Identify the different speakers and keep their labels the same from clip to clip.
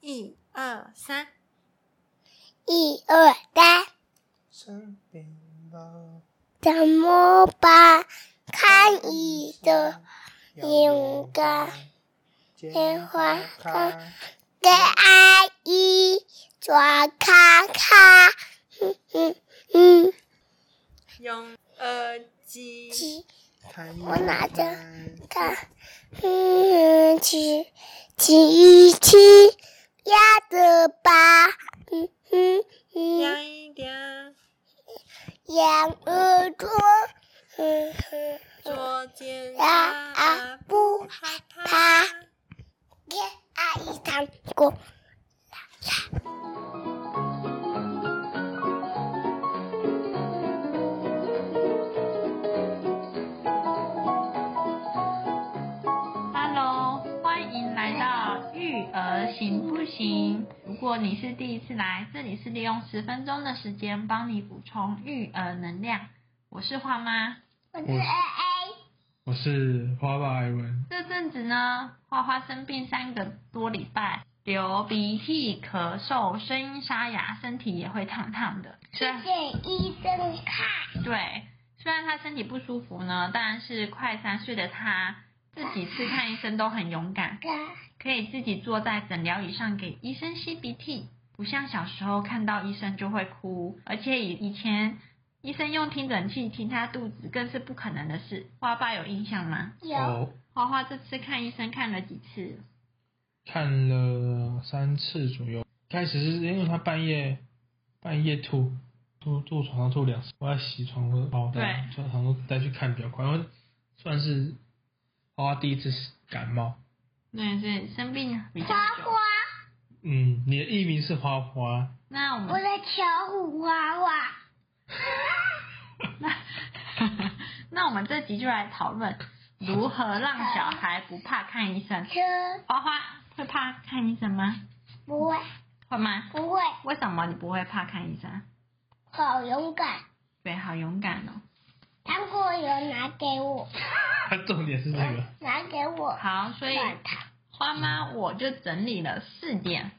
Speaker 1: 一二三，
Speaker 2: 一二三，
Speaker 3: 生病了，
Speaker 2: 怎么把看你的应该
Speaker 3: 电话看
Speaker 2: 给阿姨抓咔咔，嗯嗯嗯，
Speaker 1: 用耳机
Speaker 2: 鸡
Speaker 3: 看
Speaker 2: 我拿着
Speaker 3: 看
Speaker 2: 看，嗯吃吃一吃，鸭子吧，嗯嗯嗯，
Speaker 1: 量一 量，
Speaker 2: 羊耳朵，嗯嗯，
Speaker 1: 左肩上
Speaker 2: 啊啊不
Speaker 1: 啪
Speaker 2: 啪
Speaker 1: 啪。
Speaker 2: 给阿姨糖果。
Speaker 4: Hello，欢迎来到育儿行不行？如果你是第一次来，这里是利用十分钟的时间帮你补充育儿能量。我是花妈，
Speaker 2: 我
Speaker 3: 是
Speaker 2: A，
Speaker 3: 我是花爸艾文，
Speaker 4: 这阵子呢，花花生病三个多礼拜，流鼻涕、咳嗽、声音沙哑，身体也会烫烫的。虽然
Speaker 2: 给医生看。
Speaker 4: 对，虽然他身体不舒服呢，但是快三岁的他，自己去看医生都很勇敢，可以自己坐在诊疗椅上给医生吸鼻涕，不像小时候看到医生就会哭，而且以以前医生用听诊器听他肚子更是不可能的事。花爸有印象吗？
Speaker 2: 有，
Speaker 4: 花花这次看医生看了几次？
Speaker 3: 看了三次左右。开始是因为他半夜半夜吐吐吐床上吐两次，我要洗床我把我带
Speaker 4: 对
Speaker 3: 床上都带去看比较快，因为算是花花第一次感冒。
Speaker 4: 对对，生病比较
Speaker 2: 花
Speaker 4: 久。
Speaker 2: 花，
Speaker 3: 嗯，你的艺名是花花，
Speaker 4: 那我
Speaker 2: 我
Speaker 4: 们
Speaker 2: 的巧虎花花，
Speaker 4: 那那我们这集就来讨论如何让小孩不怕看医生。
Speaker 2: 车
Speaker 4: 花花会怕看医生吗？
Speaker 2: 不会
Speaker 4: 会吗？
Speaker 2: 不会，
Speaker 4: 为什么你不会怕看医生？
Speaker 2: 好勇敢。
Speaker 4: 对，好勇敢哦。
Speaker 2: 糖果有拿给我，
Speaker 3: 重点是这个。
Speaker 2: 拿给我，
Speaker 4: 好，所以
Speaker 2: 软糖，
Speaker 4: 花妈我就整理了四点，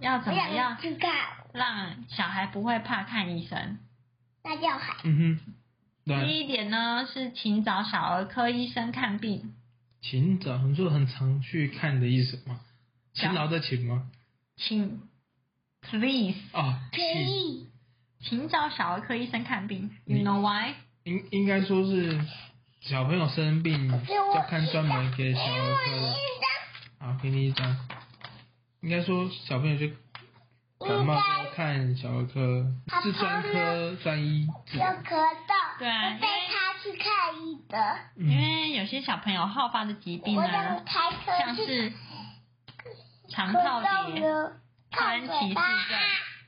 Speaker 4: 要
Speaker 2: 我
Speaker 4: 怎么样
Speaker 2: 想吃看，
Speaker 4: 让小孩不会怕看医生。
Speaker 2: 那叫海。
Speaker 3: 嗯哼，对，
Speaker 4: 第一点呢是请找小儿科医生看病，
Speaker 3: 勤早你说很常去看的意思吗？勤劳的勤吗？
Speaker 4: 请 please
Speaker 3: 啊，
Speaker 2: 可
Speaker 3: 勤
Speaker 2: 以，
Speaker 4: 请找小儿科医生看病。You
Speaker 3: 你
Speaker 4: know why？
Speaker 3: 应应该说是小朋友生病
Speaker 2: 给我
Speaker 3: 要看专门
Speaker 2: 给
Speaker 3: 给小儿
Speaker 2: 我
Speaker 3: 科的
Speaker 2: 一张，
Speaker 3: 啊，给你一张。应该说小朋友就感冒就要看小儿科，是专科专一治
Speaker 2: 有
Speaker 3: 疗。
Speaker 2: 咳嗽，
Speaker 4: 对啊
Speaker 2: 我带他去看医德，
Speaker 4: 因
Speaker 3: 嗯，
Speaker 4: 为有些小朋友好发的疾病
Speaker 2: 我
Speaker 4: 呢
Speaker 2: 让，开车
Speaker 4: 像
Speaker 2: 去
Speaker 4: 是肠
Speaker 2: 咳
Speaker 4: 套
Speaker 2: 嗽
Speaker 4: 叠、
Speaker 2: 了，
Speaker 4: 川
Speaker 2: 看
Speaker 4: 崎
Speaker 2: 嘴
Speaker 4: 氏
Speaker 2: 巴。
Speaker 4: 症。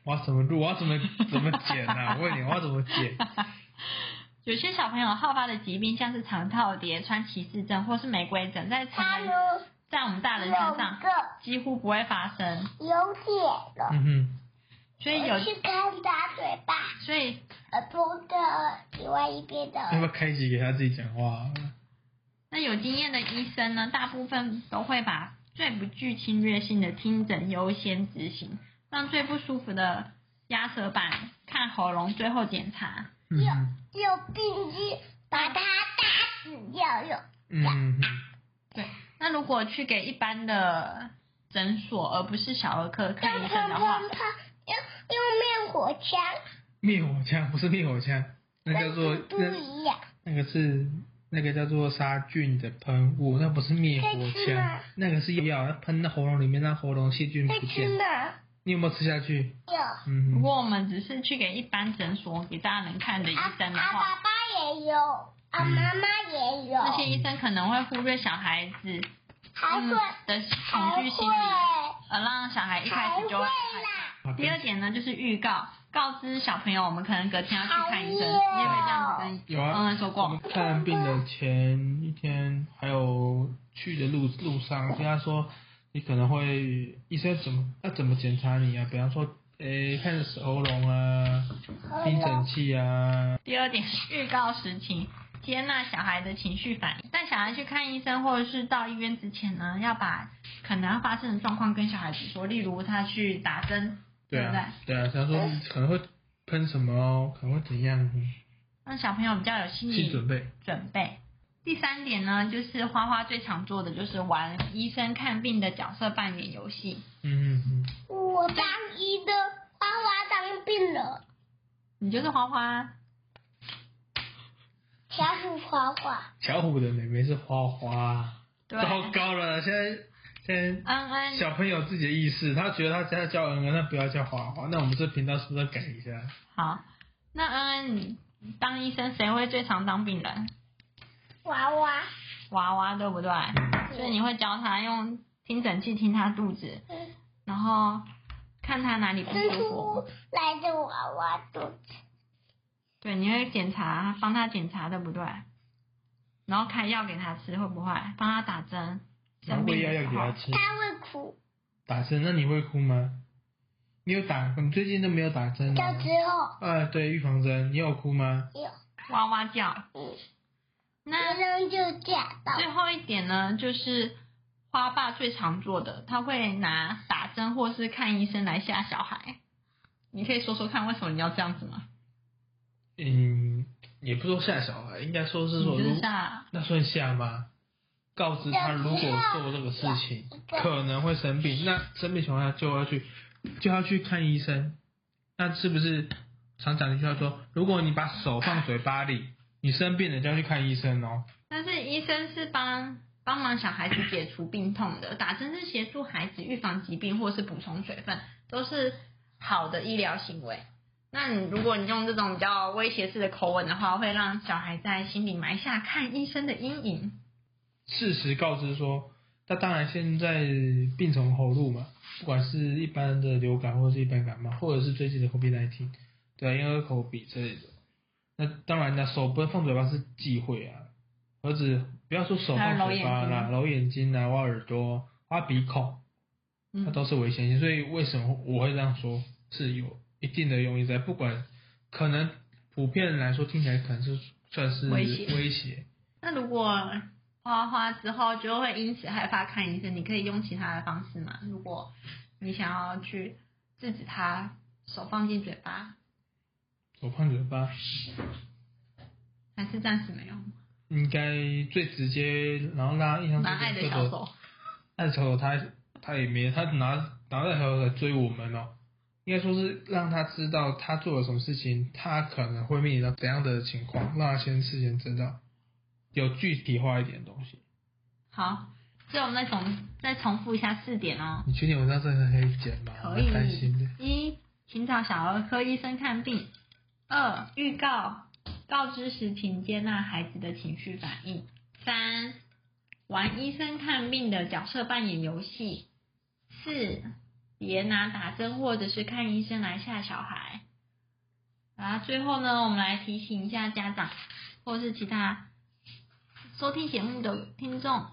Speaker 3: 我要怎么录？我要怎么怎么剪啊？我问你，我要怎么剪？
Speaker 4: 有些小朋友好发的疾病，像是肠套叠、川崎氏症或是玫瑰疹，在成
Speaker 2: 他
Speaker 4: 人
Speaker 2: 有
Speaker 4: 在我们大人身
Speaker 2: 有
Speaker 4: 上
Speaker 2: 个
Speaker 4: 几乎不会发生。
Speaker 2: 有血了，
Speaker 3: 嗯哼，
Speaker 4: 所以有
Speaker 2: 我，去看他嘴巴，
Speaker 4: 所以
Speaker 2: 耳朵的另外一边的
Speaker 3: 要
Speaker 2: 耳
Speaker 3: 不要开启给他自己讲话啊？
Speaker 4: 那有经验的医生呢，大部分都会把最不具侵略性的听诊优先执行，让最不舒服的压舌板、看喉咙最后检查。
Speaker 3: 嗯哼
Speaker 2: 有病菌，把它打死掉了。
Speaker 3: 嗯哼，
Speaker 4: 那如果去给一般的诊所，而不是小儿科
Speaker 2: 砰
Speaker 4: 看医
Speaker 2: 砰
Speaker 4: 生的话，
Speaker 2: 砰砰，用用灭火枪，
Speaker 3: 灭火枪不是灭火枪，那叫做
Speaker 2: 跟不
Speaker 3: 那
Speaker 2: 一样。
Speaker 3: 那个是那个叫做杀菌的喷雾，那不是灭火
Speaker 2: 可以吃
Speaker 3: 枪
Speaker 2: 吗，
Speaker 3: 那个是药，它喷到喉咙里面，让喉咙细菌
Speaker 2: 在
Speaker 3: 不
Speaker 2: 吃
Speaker 3: 见。
Speaker 2: 呢，
Speaker 3: 你有没有吃下去？
Speaker 2: 有啊
Speaker 3: 嗯
Speaker 4: 如
Speaker 3: 哼，
Speaker 4: 果我们只是去给一般诊所给大家能看的医
Speaker 2: 啊，
Speaker 4: 生的
Speaker 2: 爸
Speaker 4: 话，
Speaker 2: 爸也有，啊
Speaker 3: 嗯
Speaker 2: 妈妈也有，
Speaker 4: 那些医生可能会忽略小孩子
Speaker 2: 还
Speaker 4: 嗯
Speaker 2: 会
Speaker 4: 的
Speaker 2: 还
Speaker 4: 恐
Speaker 2: 会
Speaker 4: 惧心理，而呃让小孩一开
Speaker 2: 还
Speaker 4: 始
Speaker 2: 会
Speaker 4: 就会。
Speaker 2: 啦，
Speaker 3: 好
Speaker 4: 第二点呢，就是预告，告知小朋友我们可能隔天要去看医生，你有没有这样子跟
Speaker 3: 有
Speaker 4: 嗯
Speaker 3: 啊，
Speaker 4: 说
Speaker 3: 我
Speaker 4: 过
Speaker 3: 们？看病的前一天，还有去的路路上，跟他说你可能会医生怎么要怎么检查你啊？比方说，诶、看喉咙啊，听诊器啊，
Speaker 4: 第二点，预告实情，接纳小孩的情绪反应。在小孩去看医生或者是到医院之前呢，要把可能要发生的状况跟小孩子说，例如他去打针，
Speaker 3: 对
Speaker 4: 不对
Speaker 3: 啊？，对啊，想说可能会喷什么哦，可能会怎样，
Speaker 4: 让小朋友比较有
Speaker 2: 嗯
Speaker 4: 心
Speaker 3: 心理
Speaker 4: 理
Speaker 3: 准备。
Speaker 4: 准备。第三点呢，就是花花最常做的就是玩医生看病的角色扮演游戏。
Speaker 3: 嗯嗯嗯，
Speaker 2: 我当医的，花花当病人，
Speaker 4: 你就是花花，
Speaker 2: 小虎花花，
Speaker 3: 小虎的妹妹是花花，
Speaker 4: 对，
Speaker 3: 糟糕了，现在现
Speaker 4: 恩
Speaker 3: 在
Speaker 4: 恩，
Speaker 3: 小朋友有自己的意识，他觉得他家叫恩恩，那不要叫花花，那我们这频道是不是要改一下？
Speaker 4: 好，那恩恩你当医生谁会最常当病人？
Speaker 2: 娃娃，
Speaker 4: 娃娃对不对？所以你会教他用听诊器听他肚子，然后看他哪里不
Speaker 2: 伸
Speaker 4: 舒
Speaker 2: 出
Speaker 4: 服，
Speaker 2: 来的娃娃肚
Speaker 3: 嗯
Speaker 2: 子，
Speaker 4: 对，你会检查，帮他检查对不对？然后开药给他吃会不会？帮他打针，
Speaker 3: 然
Speaker 4: 生
Speaker 3: 后
Speaker 4: 病
Speaker 3: 喂药
Speaker 4: 的
Speaker 3: 要
Speaker 4: 时
Speaker 3: 给他
Speaker 4: 候
Speaker 3: 吃，
Speaker 2: 他会哭。
Speaker 3: 打针，那你会哭吗？你有打？你最近都没有打针
Speaker 2: 到
Speaker 3: 啊？
Speaker 2: 之后
Speaker 3: 啊，对，预防针，你有哭吗？
Speaker 2: 有，
Speaker 4: 哇哇叫。
Speaker 2: 嗯，
Speaker 4: 那
Speaker 2: 医生就架到
Speaker 4: 最后一点呢，就是花爸最常做的，他会拿打针或是看医生来吓小孩。你可以说说看，为什么你要这样子吗？
Speaker 3: 嗯，也不说吓小孩，应该说是
Speaker 4: 你
Speaker 3: 说
Speaker 4: 就是
Speaker 3: 如
Speaker 4: 吓，
Speaker 3: 那算吓吗？告知他如果做这个事情可能会生病，那生病情况下就要去就要去看医生。那是不是常讲一句话说，如果你把手放嘴巴里，你生病了就要去看医生哦？
Speaker 4: 但是医生是帮帮忙小孩子解除病痛的，打针是协助孩子预防疾病或是补充水分，都是好的医疗行为。那你如果你用这种比较威胁式的口吻的话，会让小孩在心里埋下看医生的阴影。
Speaker 3: 事实告知说，那当然现在病从口入嘛，不管是一般的流感或者是一般感冒，或者是最近的 COVID-19，对啊，婴儿口鼻之类的。那当然呢，手不能放嘴巴是忌讳啊，何止不要说手
Speaker 4: 还
Speaker 3: 放
Speaker 4: 有揉
Speaker 3: 嘴巴
Speaker 4: 眼
Speaker 3: 啦，
Speaker 4: 睛
Speaker 3: 揉眼睛啊，挖耳朵、挖鼻孔，那
Speaker 4: 嗯，
Speaker 3: 都是危险性。所以为什么我会这样说，是有一定的用意在，不管可能普遍来说听起来可能是算是
Speaker 4: 威胁
Speaker 3: 威胁
Speaker 4: 那如果花花之后就会因此害怕看医生，你可以用其他的方式嘛？如果你想要去制止他手放进嘴巴，
Speaker 3: 手放嘴巴。
Speaker 4: 还是暂时没有？
Speaker 3: 应该最直接，然后让他印象
Speaker 4: 拿
Speaker 3: 最
Speaker 4: 爱的
Speaker 3: 深
Speaker 4: 小
Speaker 3: 刻的，
Speaker 4: 手，
Speaker 3: 爱的小手他他也没他拿拿着小手来追我们哦，应该说是让他知道他做了什么事情，他可能会面临到怎样的情况，让他先事先知道，有具体化一点的东西。
Speaker 4: 好，只有那种再重复一下四点哦。
Speaker 3: 你确定我这样真的可以剪吗？我
Speaker 4: 可
Speaker 3: 蛮担心的
Speaker 4: 以。一，寻找小儿科医生看病；二，预告告知时请接纳孩子的情绪反应；三，玩医生看病的角色扮演游戏；四，别拿打针或者是看医生来吓小孩。啊，最后呢，我们来提醒一下家长或是其他收听节目的听众，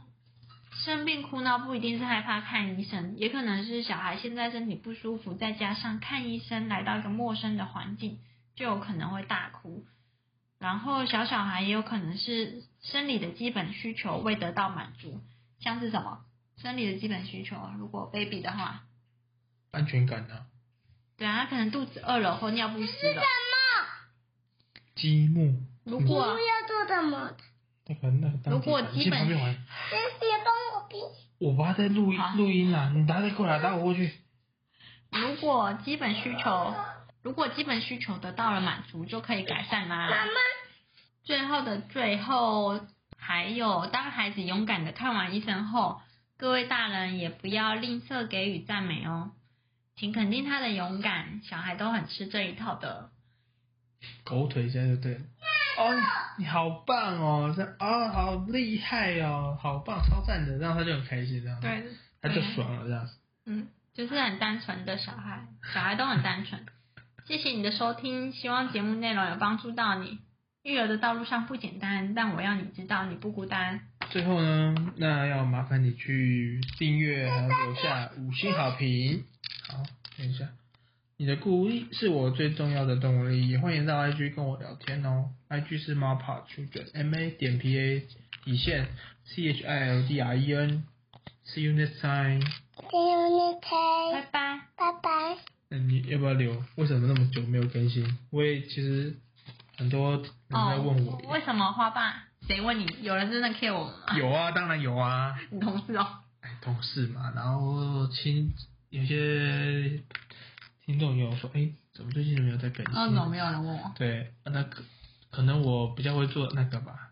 Speaker 4: 生病哭闹不一定是害怕看医生，也可能是小孩现在身体不舒服，再加上看医生来到一个陌生的环境，就有可能会大哭。然后小小孩也有可能是生理的基本需求未得到满足，像是什么生理的基本需求，如果 baby 的话，
Speaker 3: 安全感啊，
Speaker 4: 对啊，他可能肚子饿了或尿不湿了。
Speaker 3: 积木，
Speaker 4: 如果
Speaker 2: 要做什么？
Speaker 3: 那个那个当
Speaker 4: 如果
Speaker 3: 地板
Speaker 4: 基
Speaker 3: 去
Speaker 4: 本
Speaker 3: 旁边玩，
Speaker 2: 别帮我拼。
Speaker 3: 我爸在录音
Speaker 4: 好
Speaker 3: 录音啊，你打得过来，打我过去。
Speaker 4: 如果基本需求，如果基本需求得到了满足，就可以改善啦。
Speaker 2: 妈妈，
Speaker 4: 最后的最后，还有当孩子勇敢的看完医生后，各位大人也不要吝啬给予赞美哦，请肯定他的勇敢，小孩都很吃这一套的。
Speaker 3: 狗腿现在就对了。哦，你好棒哦！这哦，好厉害哦，好棒，超赞的，然后他就很开心，这样，，
Speaker 4: 对，
Speaker 3: 他就爽了，这样。
Speaker 4: 嗯，就是很单纯的小孩，小孩都很单纯。谢谢你的收听，希望节目内容有帮助到你。育儿的道路上不简单，但我要你知道你不孤单。
Speaker 3: 最后呢，那要麻烦你去订阅，还有留下五星好评。好，等一下，你的鼓励是我最重要的动力，也欢迎到 IG 跟我聊天哦。IG 是猫跑 children m a 点 p a 底线 c h i l d r e n See you next time。
Speaker 2: See you next
Speaker 4: 拜
Speaker 2: time，
Speaker 4: 拜。
Speaker 2: 拜拜。
Speaker 3: 那嗯你要不要留？为什么那么久没有更新？因为其实很多人在问我。
Speaker 4: 哦为什么花爸？谁问你？有人真的 care 我们吗？
Speaker 3: 有啊，当然有啊。
Speaker 4: 你同事哦。
Speaker 3: 哎，同事嘛，然后亲有些听众也有说，哎，怎么最近没有在更新？
Speaker 4: 哦，怎么没有人问我？
Speaker 3: 对，那可可能我比较会做那个吧。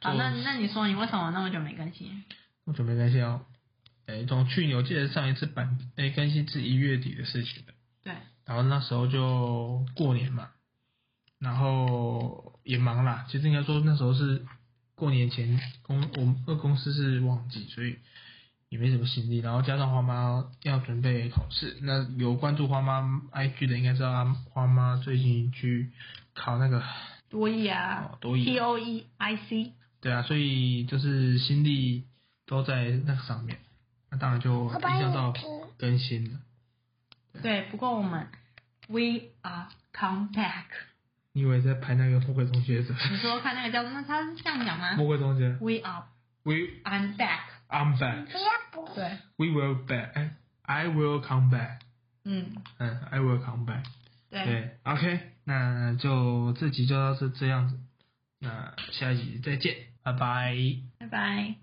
Speaker 3: 做
Speaker 4: 好，啊那那你说你为什么那么久没更新？
Speaker 3: 我准备更新哦。哎，从去年我记得上一次版哎更新是一月底的事情了，
Speaker 4: 对，
Speaker 3: 然后那时候就过年嘛，然后也忙啦。其实应该说那时候是过年前公我们那个公司是旺季，所以也没什么心力。然后加上花妈要准备考试，那有关注花妈 IG 的应该知道她花妈最近去考那个
Speaker 4: 多益啊
Speaker 3: 哦多益
Speaker 4: ，T O E I C，
Speaker 3: 对啊，所以就是心力都在那个上面，那当然就
Speaker 2: 我
Speaker 3: 影
Speaker 2: 帮
Speaker 3: 响
Speaker 2: 你
Speaker 3: 到
Speaker 2: 听。
Speaker 3: 更新了。
Speaker 4: 对，不过我们 We are contact。
Speaker 3: 你以为在拍那个魔鬼终结者？
Speaker 4: 你说看那个叫那他是这样讲吗
Speaker 3: 魔鬼终结者
Speaker 4: ？We are
Speaker 3: ，We
Speaker 4: I'm back。
Speaker 3: I'm
Speaker 2: 不
Speaker 3: back,
Speaker 2: 要不，
Speaker 4: 对，
Speaker 3: we will back, I will come back，
Speaker 4: 嗯，
Speaker 3: 嗯，I will come back 对。
Speaker 4: 对，
Speaker 3: OK，那就这集就到这这样子，那下一集再见，拜拜。
Speaker 4: 拜拜。